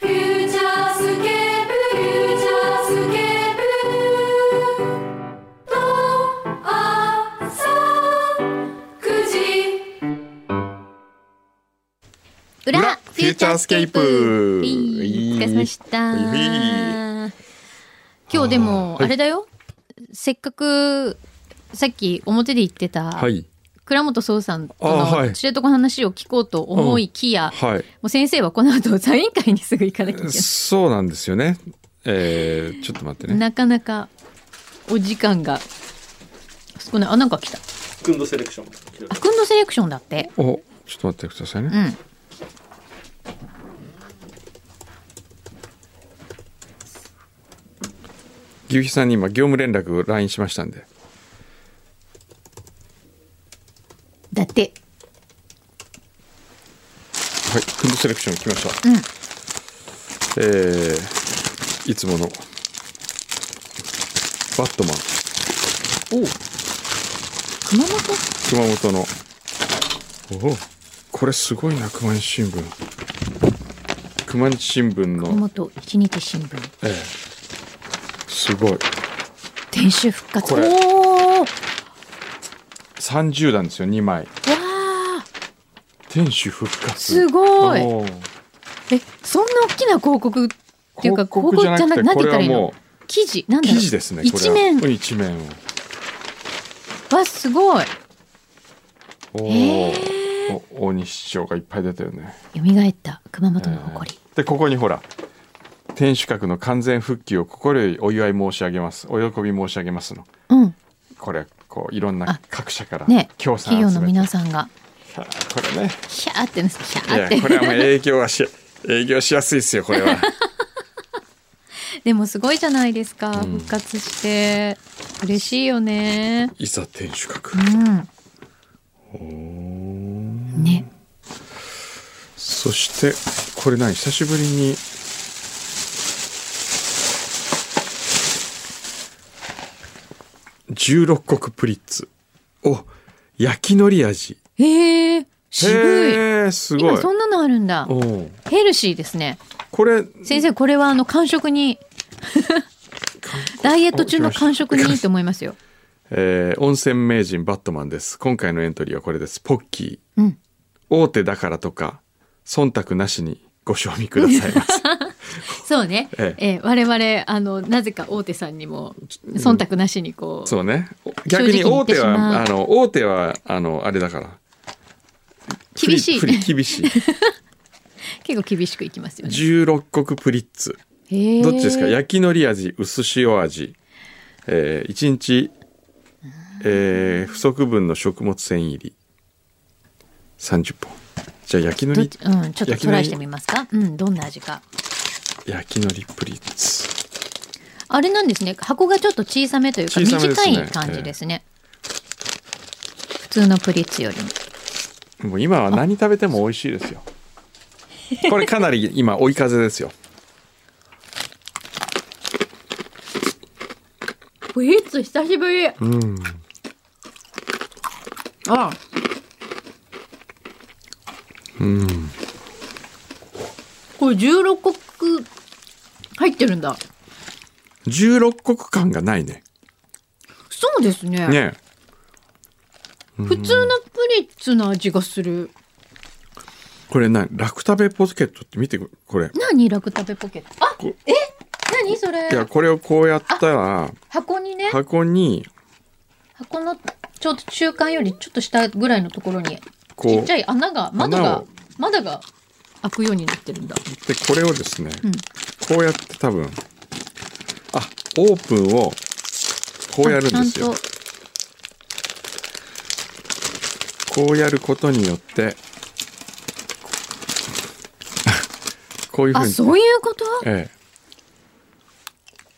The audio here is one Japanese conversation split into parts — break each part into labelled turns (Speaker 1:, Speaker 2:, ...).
Speaker 1: フューチャースケープフューチャースケープと朝九時
Speaker 2: 裏
Speaker 3: 裏
Speaker 2: フューチャースケープ
Speaker 3: フィー
Speaker 2: お疲れ様でし
Speaker 3: フ
Speaker 2: た
Speaker 3: ィ
Speaker 2: 今日でも
Speaker 3: はい
Speaker 2: あれだよ、せっかくさっき表で言ってた、
Speaker 3: はい。
Speaker 2: 倉本壮さんと
Speaker 3: あはい
Speaker 2: の知床の話を聞こうと思いきや、
Speaker 3: はい。
Speaker 2: もう先生はこの後座員会にすぐ行かなきゃいけな
Speaker 3: そうなんですよね。えー、ちょっと待って
Speaker 2: い
Speaker 3: ね。
Speaker 2: なかなかお時間が少ないあなんか来た
Speaker 4: クンドセレクション来
Speaker 2: あ
Speaker 4: た
Speaker 2: くんのセレクションだって
Speaker 3: お、ちょっと待ってくださいね。
Speaker 2: うん
Speaker 3: 牛肥さんに今業務連絡 LINE しましたんで。
Speaker 2: だって
Speaker 3: はい。クンドセレクション来ました。
Speaker 2: うん
Speaker 3: えー、いつもの。バットマン。
Speaker 2: おう熊本
Speaker 3: 熊本の。おお。これすごいな、熊本新聞。熊本新聞
Speaker 2: 熊
Speaker 3: の。
Speaker 2: 本一日新聞
Speaker 3: えー、すごい。
Speaker 2: 天守復活
Speaker 3: これ
Speaker 2: おお
Speaker 3: 30段ですよ、2枚。
Speaker 2: わあ
Speaker 3: 天守復活
Speaker 2: すごい
Speaker 3: おー
Speaker 2: えそんな大きな広告っていうか
Speaker 3: 広告じゃなくて
Speaker 2: 広告じゃなくてなんて言ったらいい
Speaker 3: これは
Speaker 2: の
Speaker 3: もう
Speaker 2: 記事なんだろう
Speaker 3: 記事ですねこれは
Speaker 2: 一面
Speaker 3: うん一面を
Speaker 2: わすごい
Speaker 3: お
Speaker 2: へ
Speaker 3: ーお大西市長がいっぱい出てるね
Speaker 2: 蘇った熊本の誇り、
Speaker 3: でここにほら天守閣の完全復旧を心よりお祝い申し上げますお喜び申し上げますの
Speaker 2: うん
Speaker 3: これこういろん
Speaker 2: あ
Speaker 3: な各社から
Speaker 2: ね
Speaker 3: 協賛集
Speaker 2: 企
Speaker 3: めて
Speaker 2: 業の皆さんが
Speaker 3: さあこれね
Speaker 2: ヒャーってなヒャーっ
Speaker 3: い
Speaker 2: て
Speaker 3: やこれはもう営業はし営業しやすいですよこ れは
Speaker 2: でもすごいじゃないですか、
Speaker 3: うん
Speaker 2: 復活して嬉しいよね
Speaker 3: いざ天守閣
Speaker 2: うんね
Speaker 3: そしてこれ何久しぶりに16国プリッツお焼きのり味
Speaker 2: へえ渋い
Speaker 3: へーすご
Speaker 2: 今
Speaker 3: い
Speaker 2: そんなのあるんだ
Speaker 3: おう
Speaker 2: ヘルシーですね
Speaker 3: これ
Speaker 2: 先生これはあの完食にダイエット中の完食にいいと思いますよ。
Speaker 3: えー温泉名人バットマンです今回のエントリーはこれですポッキー
Speaker 2: うん。
Speaker 3: 大手だからとか忖度なしにご賞味くださいませ
Speaker 2: そうね。え
Speaker 3: え
Speaker 2: え我々あのなぜか大手さんにも忖度なしにこう、
Speaker 3: そうね逆に大手
Speaker 2: 正直に言ってしまう
Speaker 3: はあの大手はあのあれだから
Speaker 2: 厳しい
Speaker 3: フリフリ厳し い
Speaker 2: 結構厳しくいきますよね。
Speaker 3: 16国プリッツ
Speaker 2: へえ
Speaker 3: どっちですか焼きのり味薄塩味、えー、1日、えー不足分の食物繊維入り30本じゃあ焼きの
Speaker 2: どっ
Speaker 3: り
Speaker 2: ちうんちょっと
Speaker 3: 焼き
Speaker 2: ト
Speaker 3: の
Speaker 2: ラ
Speaker 3: り
Speaker 2: イしてみますか。うんどんな味か。
Speaker 3: 焼きのりプリッツ
Speaker 2: あれなんですね。箱がちょっと小さめというか、
Speaker 3: 小さめです
Speaker 2: 短
Speaker 3: ね
Speaker 2: い感じですね。普通のプリッツよりも。
Speaker 3: もう今は何食べても美味しいですよこれかなり今追い風ですよ
Speaker 2: プリッツ久しぶり。うん。ああ。これ十六国入ってるんだ。
Speaker 3: 16国感がないね
Speaker 2: そうですね。
Speaker 3: ね
Speaker 2: 普通のプリッツの味がする。
Speaker 3: これ何ラクタベポケットって見てこれ
Speaker 2: 何ラクタベポケット。あ、
Speaker 3: こ
Speaker 2: え、何それ
Speaker 3: い。やこれをこうやったら
Speaker 2: 箱にね、
Speaker 3: 箱に
Speaker 2: 箱のちょっと中間よりちょっと下ぐらいのところに
Speaker 3: こう
Speaker 2: ちっちゃい穴が窓
Speaker 3: 穴
Speaker 2: が
Speaker 3: を
Speaker 2: 窓が開くようになってるんだ。
Speaker 3: でこれをですね、
Speaker 2: ん
Speaker 3: こうやって多分あオープンをこうやるんですよ
Speaker 2: あちゃんと
Speaker 3: こうやることによってこ こういうふう
Speaker 2: あ、
Speaker 3: に
Speaker 2: そういうこと
Speaker 3: え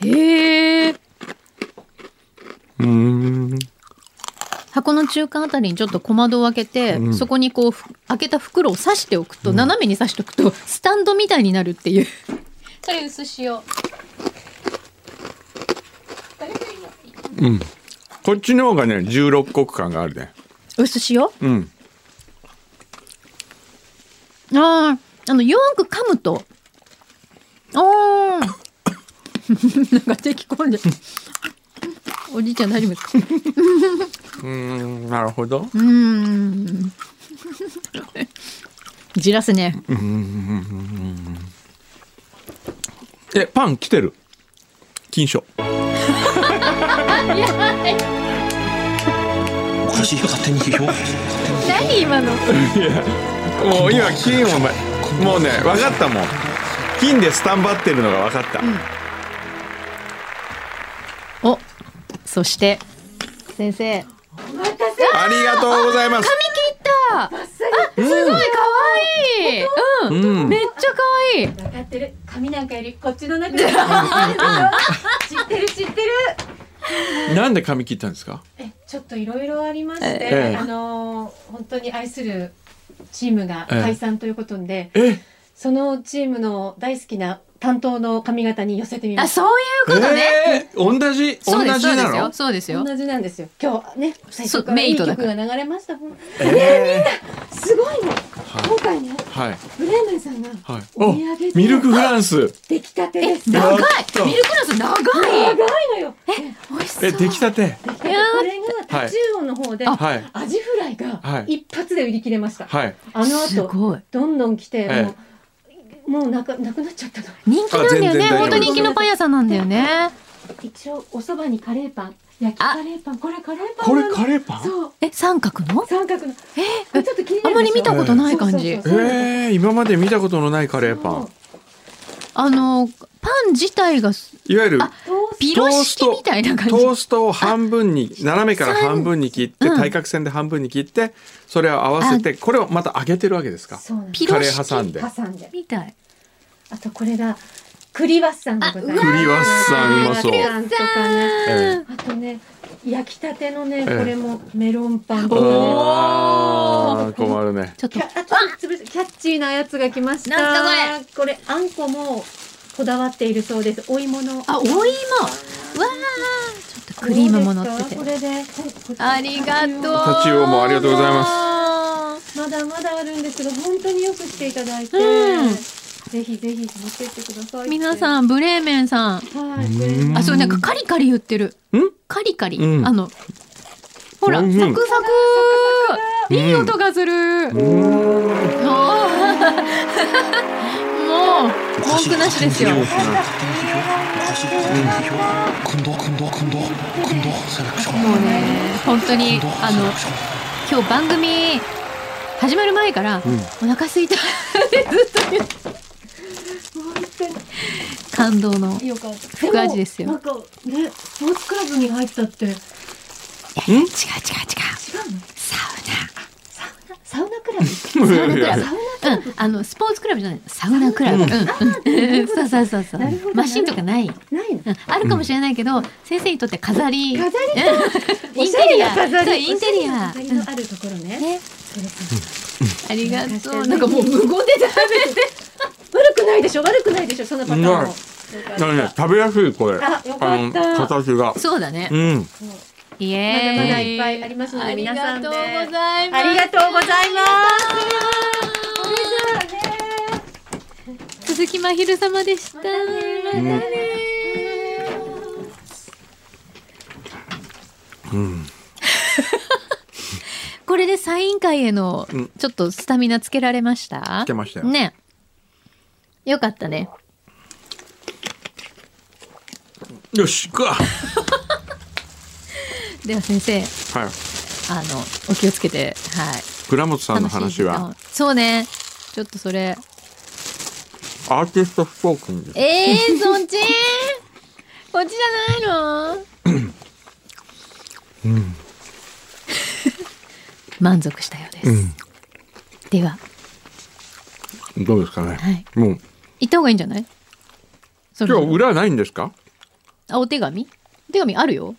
Speaker 2: へえ。
Speaker 3: えうーん
Speaker 2: 箱の中間あたりにちょっと小窓を開けて、
Speaker 3: うん
Speaker 2: そこにこうふ開けた袋を刺しておくと、斜めに刺しておくとスタンドみたいになるっていう それ薄塩
Speaker 3: こっちの方がね16国感があるね
Speaker 2: 薄塩
Speaker 3: うん
Speaker 2: あああのよく噛むとああ なんか咳込んでおじいちゃん大丈夫ですか
Speaker 3: うーんなるほど
Speaker 2: うーんじらす ね
Speaker 3: えパン来てる金賞
Speaker 4: おかしい勝手に批評
Speaker 2: 何今 の
Speaker 3: もう今金をもうね分かったもん金でスタンバってるのが分かった、
Speaker 2: おそして先生
Speaker 3: ありがとうございます
Speaker 2: 切ったあすごい可愛いうん、
Speaker 3: うん
Speaker 2: めっちゃ可愛い
Speaker 1: 分かってる髪なんかよりこっちの中で知ってる知ってる
Speaker 3: なんで髪切ったんですか
Speaker 5: えちょっといろいろありまして、
Speaker 3: ええ
Speaker 5: あのー本当に愛するチームが
Speaker 3: ええ
Speaker 5: 解散ということで、
Speaker 3: え
Speaker 5: そのチームの大好きな担当の髪型に寄せてみま
Speaker 2: あ
Speaker 5: した。
Speaker 2: そういうことね、
Speaker 3: えー同じ同
Speaker 2: そうです
Speaker 3: じ
Speaker 2: そうで
Speaker 3: な
Speaker 2: すよ
Speaker 3: の
Speaker 2: そうですよ
Speaker 5: 同じなんですよ。今日ね、最初
Speaker 2: そう
Speaker 5: から
Speaker 2: メ
Speaker 5: い
Speaker 2: イ
Speaker 5: い
Speaker 2: ト
Speaker 5: 曲
Speaker 2: だから
Speaker 5: が流れました。ほん
Speaker 3: え
Speaker 5: すごいの。
Speaker 3: はい
Speaker 5: 今回ね、
Speaker 3: ーはい
Speaker 5: ブレーメンさんが
Speaker 3: はい
Speaker 5: お土産で
Speaker 3: おミルクフランス
Speaker 5: 出来たてです。
Speaker 3: え
Speaker 5: 長
Speaker 2: 長い
Speaker 3: そう
Speaker 2: ミルクラス長
Speaker 5: い
Speaker 2: い
Speaker 5: のよ。
Speaker 2: 美味しそう
Speaker 3: え出来たて
Speaker 5: 出来たてこれがタチウオの方で、
Speaker 2: はい
Speaker 3: はい
Speaker 5: アジフライ
Speaker 3: は
Speaker 5: が
Speaker 3: い
Speaker 5: 一発で売り切れました。
Speaker 3: はい
Speaker 5: あの
Speaker 2: す
Speaker 5: 後
Speaker 2: ごい
Speaker 5: どんどん来て、
Speaker 3: え
Speaker 5: もうもうなかなくなっちゃったの。
Speaker 2: 人気なんだ
Speaker 3: あ
Speaker 2: よ
Speaker 3: 全然
Speaker 2: ね
Speaker 3: 大丈夫
Speaker 2: 本当人気のパン屋さんなんだよね
Speaker 5: 一応お蕎麦にカレーパン焼きカレーパンこれカレーパ
Speaker 3: こ
Speaker 5: ンな
Speaker 3: れ
Speaker 5: の
Speaker 3: カレーパン
Speaker 5: そう
Speaker 2: え三角の
Speaker 5: 三角の
Speaker 2: え
Speaker 5: これちょっと気に
Speaker 2: あ
Speaker 5: なる
Speaker 2: んまり見たことない感じ、
Speaker 5: そうそうそう
Speaker 3: えー、今まで見たことのないカレーパン
Speaker 2: あのパン自体が
Speaker 3: いわゆる
Speaker 2: あ
Speaker 5: そう
Speaker 2: ピロシキみたいな感
Speaker 3: ト
Speaker 2: じ
Speaker 3: ーストを半分に斜めから半分に切って
Speaker 2: うん
Speaker 3: 対角線で半分に切ってそれを合わせてこれをまた揚げてるわけですか
Speaker 5: そうなんです
Speaker 2: ピ
Speaker 3: カ
Speaker 2: ロ
Speaker 3: レ
Speaker 2: シ
Speaker 3: ー
Speaker 2: キ
Speaker 3: 挟んで
Speaker 5: 挟んで
Speaker 2: みたい
Speaker 5: あとこれがクリワッサンでございます
Speaker 3: クリワッサンうまそう
Speaker 5: クリワッサンとかね
Speaker 3: え
Speaker 5: あとね焼きたてのね
Speaker 3: ええ
Speaker 5: これもメロンパンとかね
Speaker 3: あー困るね
Speaker 2: ちょっと
Speaker 5: キャあちょっと潰すキャッチーなやつが来ました
Speaker 2: なん
Speaker 5: これあんこもこだわっているそうですお芋の
Speaker 2: あお芋わあちょっとクリームも乗ってて
Speaker 5: どうですかこれではいこっち
Speaker 2: ありがとう。
Speaker 3: タチウオもありがとうござい
Speaker 2: ま
Speaker 5: まだまだあるんですけど本当によくしていただいて、
Speaker 2: うん
Speaker 5: ぜひぜひ持ってってください
Speaker 2: 皆
Speaker 5: ん
Speaker 2: さん、ブレーメンさん。
Speaker 5: はい、
Speaker 3: ん
Speaker 2: あ、そう、なんかカリカリ言ってる。
Speaker 3: ん
Speaker 2: カリカリ。
Speaker 3: うん
Speaker 2: あの、ほら、
Speaker 3: う
Speaker 2: サ
Speaker 3: ん
Speaker 2: クサク。いい音がする。あーもう、文句なしですよ。
Speaker 4: 今度今度今度今度セレクション
Speaker 2: もうね、本当に、あの、今日番組、始まる前から、お腹すいた。ってずっと言って感動の。
Speaker 5: よかった
Speaker 2: 福味ですよ
Speaker 5: もなんかねスポーツクラブに入ったって違う
Speaker 2: 違う違う違う。
Speaker 5: の
Speaker 2: サウナ。
Speaker 5: サウナサウナクラブサ
Speaker 2: サウナクラブ
Speaker 5: ウ。
Speaker 2: うん、あのスポーツクラブじゃない、サウナクラブ。うん、うん、 そうそうそうそう
Speaker 5: なるほど。
Speaker 2: マシンとかない。
Speaker 5: ナないの
Speaker 2: うんあるかもしれないけど、先生にとって飾 り。
Speaker 5: 飾り
Speaker 2: うんイン
Speaker 5: おし
Speaker 2: テ
Speaker 5: ゃれ
Speaker 2: リ
Speaker 5: な
Speaker 2: ア。
Speaker 5: 飾り
Speaker 2: そうインテリ
Speaker 5: おし
Speaker 2: ア
Speaker 5: ゃ。れな飾りのあるところね、
Speaker 2: ね、
Speaker 5: そうですね
Speaker 2: ありがとう。なんかもう無言で食べて。
Speaker 5: 悪くないでしょ悪くないでしょそのパターンも
Speaker 3: うま
Speaker 5: よ
Speaker 3: い
Speaker 5: かっ
Speaker 3: だ
Speaker 5: た
Speaker 3: からね食べやすいこれ
Speaker 5: あよかった
Speaker 3: あの形が
Speaker 2: そうだね
Speaker 3: う。ん
Speaker 2: イ
Speaker 5: まだ
Speaker 2: エーイ。
Speaker 5: まだいっぱいありますので
Speaker 2: あり
Speaker 5: 皆さ
Speaker 2: が
Speaker 5: ん
Speaker 2: と
Speaker 5: で
Speaker 2: うございます。
Speaker 5: ありがとうございます
Speaker 2: 鈴木まひる様でした。またね。これでサイン会への
Speaker 3: うん
Speaker 2: ちょっとスタミナつけられました
Speaker 3: つけましたよ
Speaker 2: ね。よかったね。
Speaker 3: よし行くわ
Speaker 2: では先生、
Speaker 3: は
Speaker 2: あ
Speaker 3: い
Speaker 2: の、お気をつけて、はい。
Speaker 3: 倉本さんの話
Speaker 2: 楽し
Speaker 3: はい
Speaker 2: 時間を。そうね。ちょっとそれ。
Speaker 3: アーティストスポークング
Speaker 2: ええー、そっち こっちじゃないの満足したようです。では、
Speaker 3: どうですかね、
Speaker 2: はい
Speaker 3: もう
Speaker 2: 行った方がいいんじゃないそ
Speaker 3: 今
Speaker 2: の
Speaker 3: 日裏ないんですか
Speaker 2: あお手紙お手紙あるよ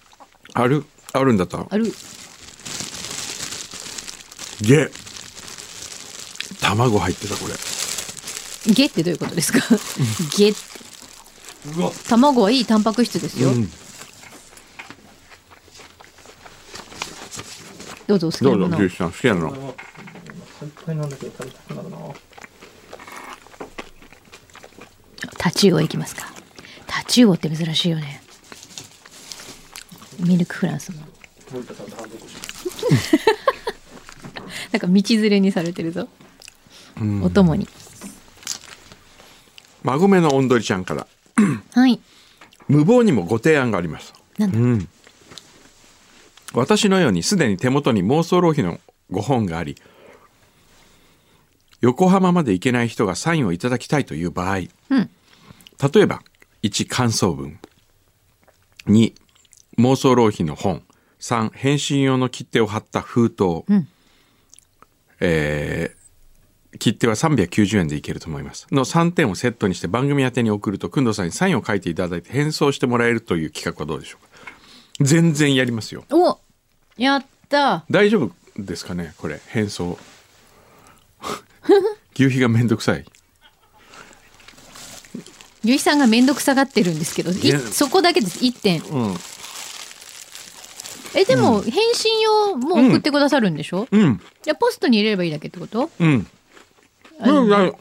Speaker 3: あるあるんだったら
Speaker 2: ある
Speaker 3: ゲ卵入ってたこれ
Speaker 2: ゲってどういうことですかゲって
Speaker 3: うわ
Speaker 2: 卵はいいタンパク質ですよ、
Speaker 3: うん
Speaker 2: どうぞお好き
Speaker 3: ど
Speaker 2: な
Speaker 3: う
Speaker 2: も
Speaker 3: ぞ
Speaker 2: のを
Speaker 3: 牛さん好きなの
Speaker 6: いっぱいなんだけど食べたくなるな。
Speaker 2: タチウオいきますかタチウオって珍しいよねミルクフランスの なんか道連れにされてるぞ、お供に
Speaker 3: マゴメのおんどりちゃんから
Speaker 2: はい
Speaker 3: 無謀にもご提案があります
Speaker 2: なんだ
Speaker 3: うん、私のようにすでに手元に妄想浪費のご本があり横浜まで行けない人がサインをいただきたいという場合、
Speaker 2: うん
Speaker 3: 例えば1感想文2妄想浪費の本3返信用の切手を貼った封筒、
Speaker 2: ん
Speaker 3: えー切手は390円でいけると思いますの3点をセットにして番組宛てに送ると工藤さんにサインを書いていただいて返送してもらえるという企画はどうでしょうか全然やりますよ
Speaker 2: おやった
Speaker 3: 大丈夫ですかねこれ変装牛皮がめんどくさい
Speaker 2: ゆいさんが面倒くさがってるんですけどい
Speaker 3: いや
Speaker 2: そこだけです1点
Speaker 3: うん
Speaker 2: えでも、返信用も送ってくださるんでしょ、
Speaker 3: うん
Speaker 2: じゃあポストに入れればいいだけってこと
Speaker 3: うん
Speaker 2: あの
Speaker 3: いやいや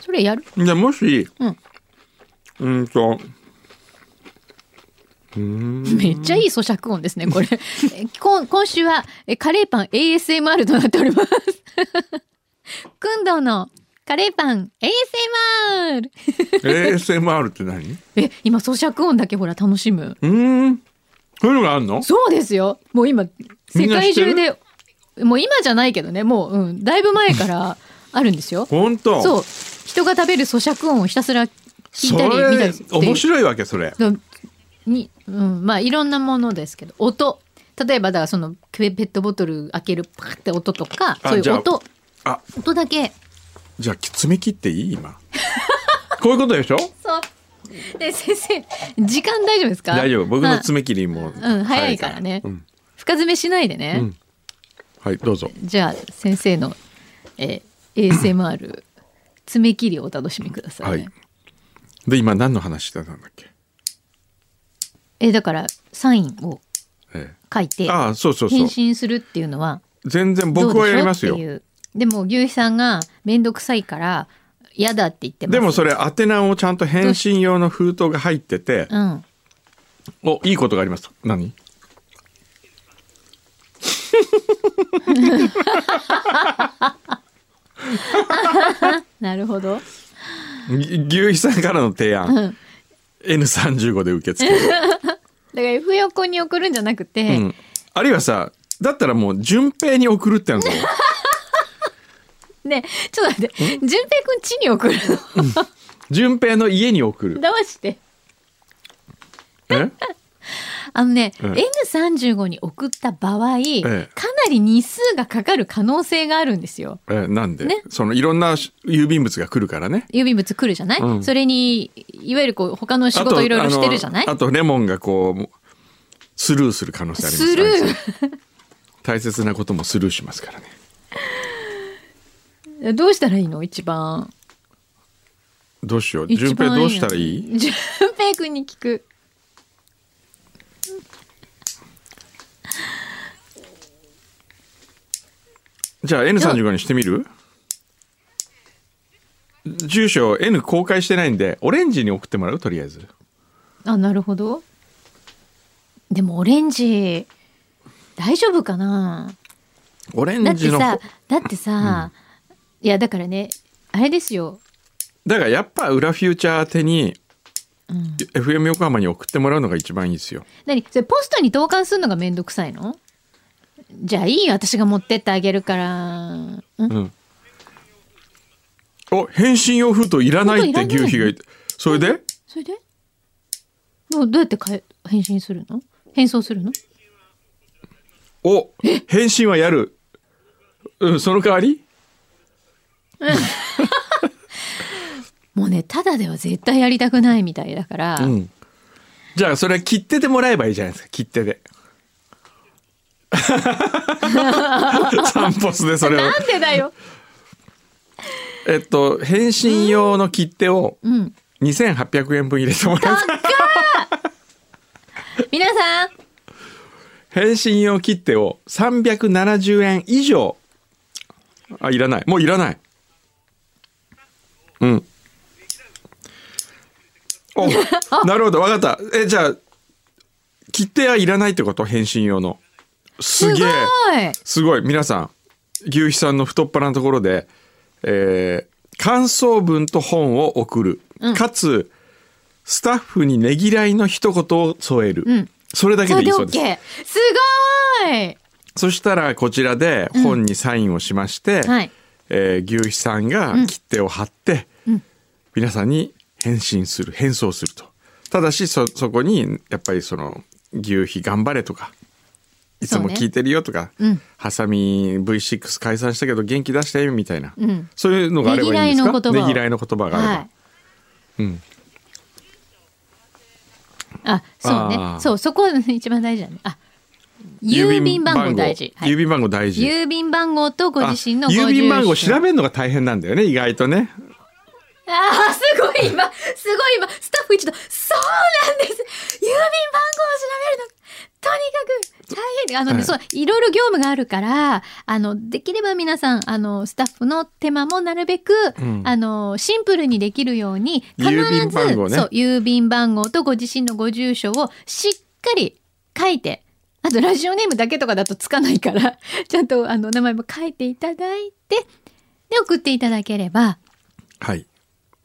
Speaker 2: それやる
Speaker 3: じゃあもし、
Speaker 2: う
Speaker 3: うんーんと、
Speaker 2: めっちゃいい咀嚼音ですね これえ今今週はえカレーパン ASMR となっておりますくんどうのカレーパン ASMR
Speaker 3: ASMR って何う
Speaker 2: え今咀嚼音だけほら楽しむ
Speaker 3: ーん。そういうのがあんの
Speaker 2: そうですよもう今世
Speaker 3: みんな
Speaker 2: 界
Speaker 3: 知ってる
Speaker 2: 中でもう今じゃないけどねもう、うん、だいぶ前からあるんですよ
Speaker 3: 本 当
Speaker 2: そう人が食べる咀嚼音をひたすら聞い
Speaker 3: そ
Speaker 2: たり見たり
Speaker 3: れ
Speaker 2: っていう
Speaker 3: 面白いわけそれ
Speaker 2: だに、うん、まあいろんなものですけど音例えばだからそのペペットボトル開けるパッて音とか
Speaker 3: あ
Speaker 2: そうい
Speaker 3: じ
Speaker 2: う
Speaker 3: ゃあ
Speaker 2: 音
Speaker 3: あ
Speaker 2: 音だけ
Speaker 3: じゃあ爪切っていい今 こういうことでしょ
Speaker 2: そうで先生時間大丈夫ですか
Speaker 3: 大丈夫僕の
Speaker 2: ま
Speaker 3: 爪切りも
Speaker 2: あうん、早いからね、
Speaker 3: うん
Speaker 2: 深爪しないでね、
Speaker 3: うんはいどうぞ
Speaker 2: じゃあ先生の、えー ASMR 爪切りをお楽しみください、ね
Speaker 3: はいで今何の話してたんだっけ
Speaker 2: えーだからサインを
Speaker 3: え
Speaker 2: 書い
Speaker 3: え
Speaker 2: て
Speaker 3: ああそうそうそ
Speaker 2: 返
Speaker 3: う
Speaker 2: 信するっていうのは
Speaker 3: 全然
Speaker 2: どう
Speaker 3: 僕は
Speaker 2: でしょ
Speaker 3: やりますよ
Speaker 2: っていうでも牛肥さんが面倒くさいから嫌だって言ってます
Speaker 3: でもそれ宛名をちゃんと返信用の封筒が入ってて
Speaker 2: うん
Speaker 3: おいいことがあります何
Speaker 2: なるほど
Speaker 3: ぎ牛肥さんからの提案 N35 で受け付ける、
Speaker 2: だから F 横に送るんじゃなく
Speaker 3: う
Speaker 2: て、
Speaker 3: ん、あるいはさだったらもう順平に送るってのはどう
Speaker 2: ねちょっと待って順平くん家に送る
Speaker 3: 順平の家に送
Speaker 2: の
Speaker 3: る。
Speaker 2: 騙して
Speaker 3: え
Speaker 2: あのね、
Speaker 3: え
Speaker 2: N35 に送った場合、かな
Speaker 3: え
Speaker 2: り日数がかかる可能性があるんですよ
Speaker 3: えなんで、
Speaker 2: ね
Speaker 3: そのいろんな郵便物が来るからね。
Speaker 2: 郵便物来るじゃない、
Speaker 3: うん
Speaker 2: それにいわゆるこう他の仕
Speaker 3: あと
Speaker 2: 事いろいろしてるじゃない
Speaker 3: あのあとレモンがこうスルーする可能性あります
Speaker 2: スル
Speaker 3: あい
Speaker 2: ー
Speaker 3: つ大切なこともスルーしますからね。
Speaker 2: どうしたらいいの一番
Speaker 3: どうしよう。
Speaker 2: 一
Speaker 3: 順
Speaker 2: 番
Speaker 3: 平どうしたらいい？
Speaker 2: い順平くんに聞く
Speaker 3: じゃあ N35 にしてみる？住所 N 公開してないんでオレンジに送ってもらうとりあえず。
Speaker 2: あなるほどでもオレンジ大丈夫かな
Speaker 3: オレ
Speaker 2: だっ
Speaker 3: ン
Speaker 2: て
Speaker 3: ジの
Speaker 2: さ
Speaker 3: だ
Speaker 2: だってさ、いやだからねあれですよ
Speaker 3: からやっぱ裏フューチャー宛てに、FM 横浜に送ってもらうのが一番いいですよ。
Speaker 2: 何それポストに投函するのがめんどくさいのじゃあいいよ私が持ってってあげるからん
Speaker 3: うん。お、返信用封筒いらないって
Speaker 2: 封筒いらない
Speaker 3: 牛皮が言って。それで
Speaker 2: それでどうどうやってかえ返信するの返送するの
Speaker 3: お、返信はやる。うん、その代わり
Speaker 2: もうねただでは絶対やりたくないみたいだから、
Speaker 3: うん。じゃあ、それは切手でもらえばいいじゃないですか、切手で。 散歩でそれを。
Speaker 2: なんでだよ、
Speaker 3: えっと、返信用の切手を
Speaker 2: うん、
Speaker 3: 2800円分入れてもらう。
Speaker 2: 皆さん
Speaker 3: 返信用切手を370円以上。あ、いらない。もういらない。うん。 お、なるほど。わかった。え、じゃあ、切手はいらないってこと返信用の。す
Speaker 2: すごい
Speaker 3: げえ。すごい皆さん牛肥さんの太っ腹なところで、えー感想文と本を送る、かつスタッフにねぎらいの一言を添える、
Speaker 2: ん
Speaker 3: それだけ
Speaker 2: そ
Speaker 3: で
Speaker 2: れで
Speaker 3: いいそうで
Speaker 2: OK す
Speaker 3: す
Speaker 2: ごい
Speaker 3: そしたらこちらで本にサインをしまして、
Speaker 2: はい
Speaker 3: えー牛肥さんが切手を貼って、皆さんに返信する返送するとただしそそこにやっぱりその「牛皮頑張れ」とか「いつも聞いてるよ」とか
Speaker 2: うん
Speaker 3: 「ハサミ V6 解散したけど元気出したよ」みたいな、
Speaker 2: うん
Speaker 3: そういうのがあればいいんですか
Speaker 2: ねぎら
Speaker 3: い
Speaker 2: い
Speaker 3: の言葉があれば、
Speaker 2: はい
Speaker 3: うん
Speaker 2: あそう
Speaker 3: あー
Speaker 2: ねそうそこ一番大事だねあ郵便番号大事はい
Speaker 3: 郵便番号大事
Speaker 2: 郵便番号とご自身の
Speaker 3: あ
Speaker 2: ご住所
Speaker 3: 郵便番号調べるのが大変なんだよね意外とね
Speaker 2: ああ、すごい今、すごい今、スタッフ一同、そうなんです郵便番号を調べるの、とにかく大変。あのね、
Speaker 3: はい
Speaker 2: そう、いろいろ業務があるから、あの、できれば皆さん、あの、スタッフの手間もなるべく、
Speaker 3: ん
Speaker 2: あの、シンプルにできるように、必ず、
Speaker 3: 郵便番号ね
Speaker 2: そう、郵便番号とご自身のご住所をしっかり書いて、あとラジオネームだけとかだとつかないから、ちゃんとあの、名前も書いていただいて、で、送っていただければ、
Speaker 3: はい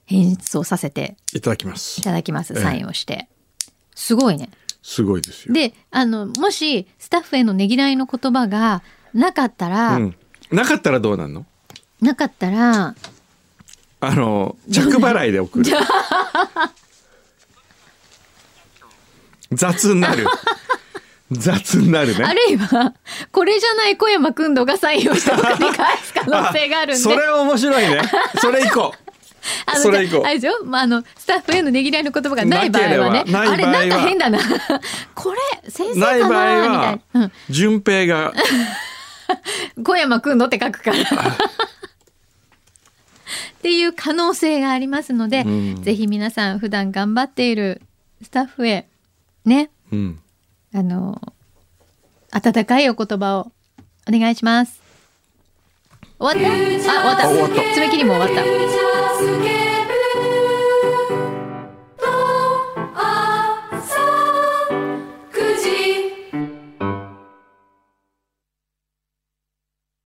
Speaker 2: 返送させて
Speaker 3: いただきます
Speaker 2: いただきます
Speaker 3: ええ
Speaker 2: サインをして、すごいね
Speaker 3: すごいですよ
Speaker 2: であのもしスタッフへのねぎらいの言葉がなかったら、
Speaker 3: うん、なかったらどうなんの
Speaker 2: なかったら
Speaker 3: あの着払い で送る雑になる雑になるね
Speaker 2: あるいは これじゃない小山君堂がサインをして送り返す可能性があるんで
Speaker 3: それ面白いねそれ以降
Speaker 2: あの
Speaker 3: それ以降
Speaker 2: あれでしょ、まあ、あのスタッフへのねぎらいの言葉がない場合はね
Speaker 3: なければな
Speaker 2: あれな
Speaker 3: い場合は
Speaker 2: んか変だな これ先生
Speaker 3: ない場
Speaker 2: か
Speaker 3: 合
Speaker 2: なみた
Speaker 3: はい
Speaker 2: な、うん
Speaker 3: 順平が
Speaker 2: 小山くんのって書 くから。っていう可能性がありますので、
Speaker 3: うん
Speaker 2: ぜひ皆さん普段頑張っているスタッフへね
Speaker 3: うん
Speaker 2: あの温かいお言葉をお願いします。終わったあ終わった
Speaker 3: あ終わった
Speaker 2: 爪切りも終わっ
Speaker 1: 「
Speaker 2: た。
Speaker 1: フューチャー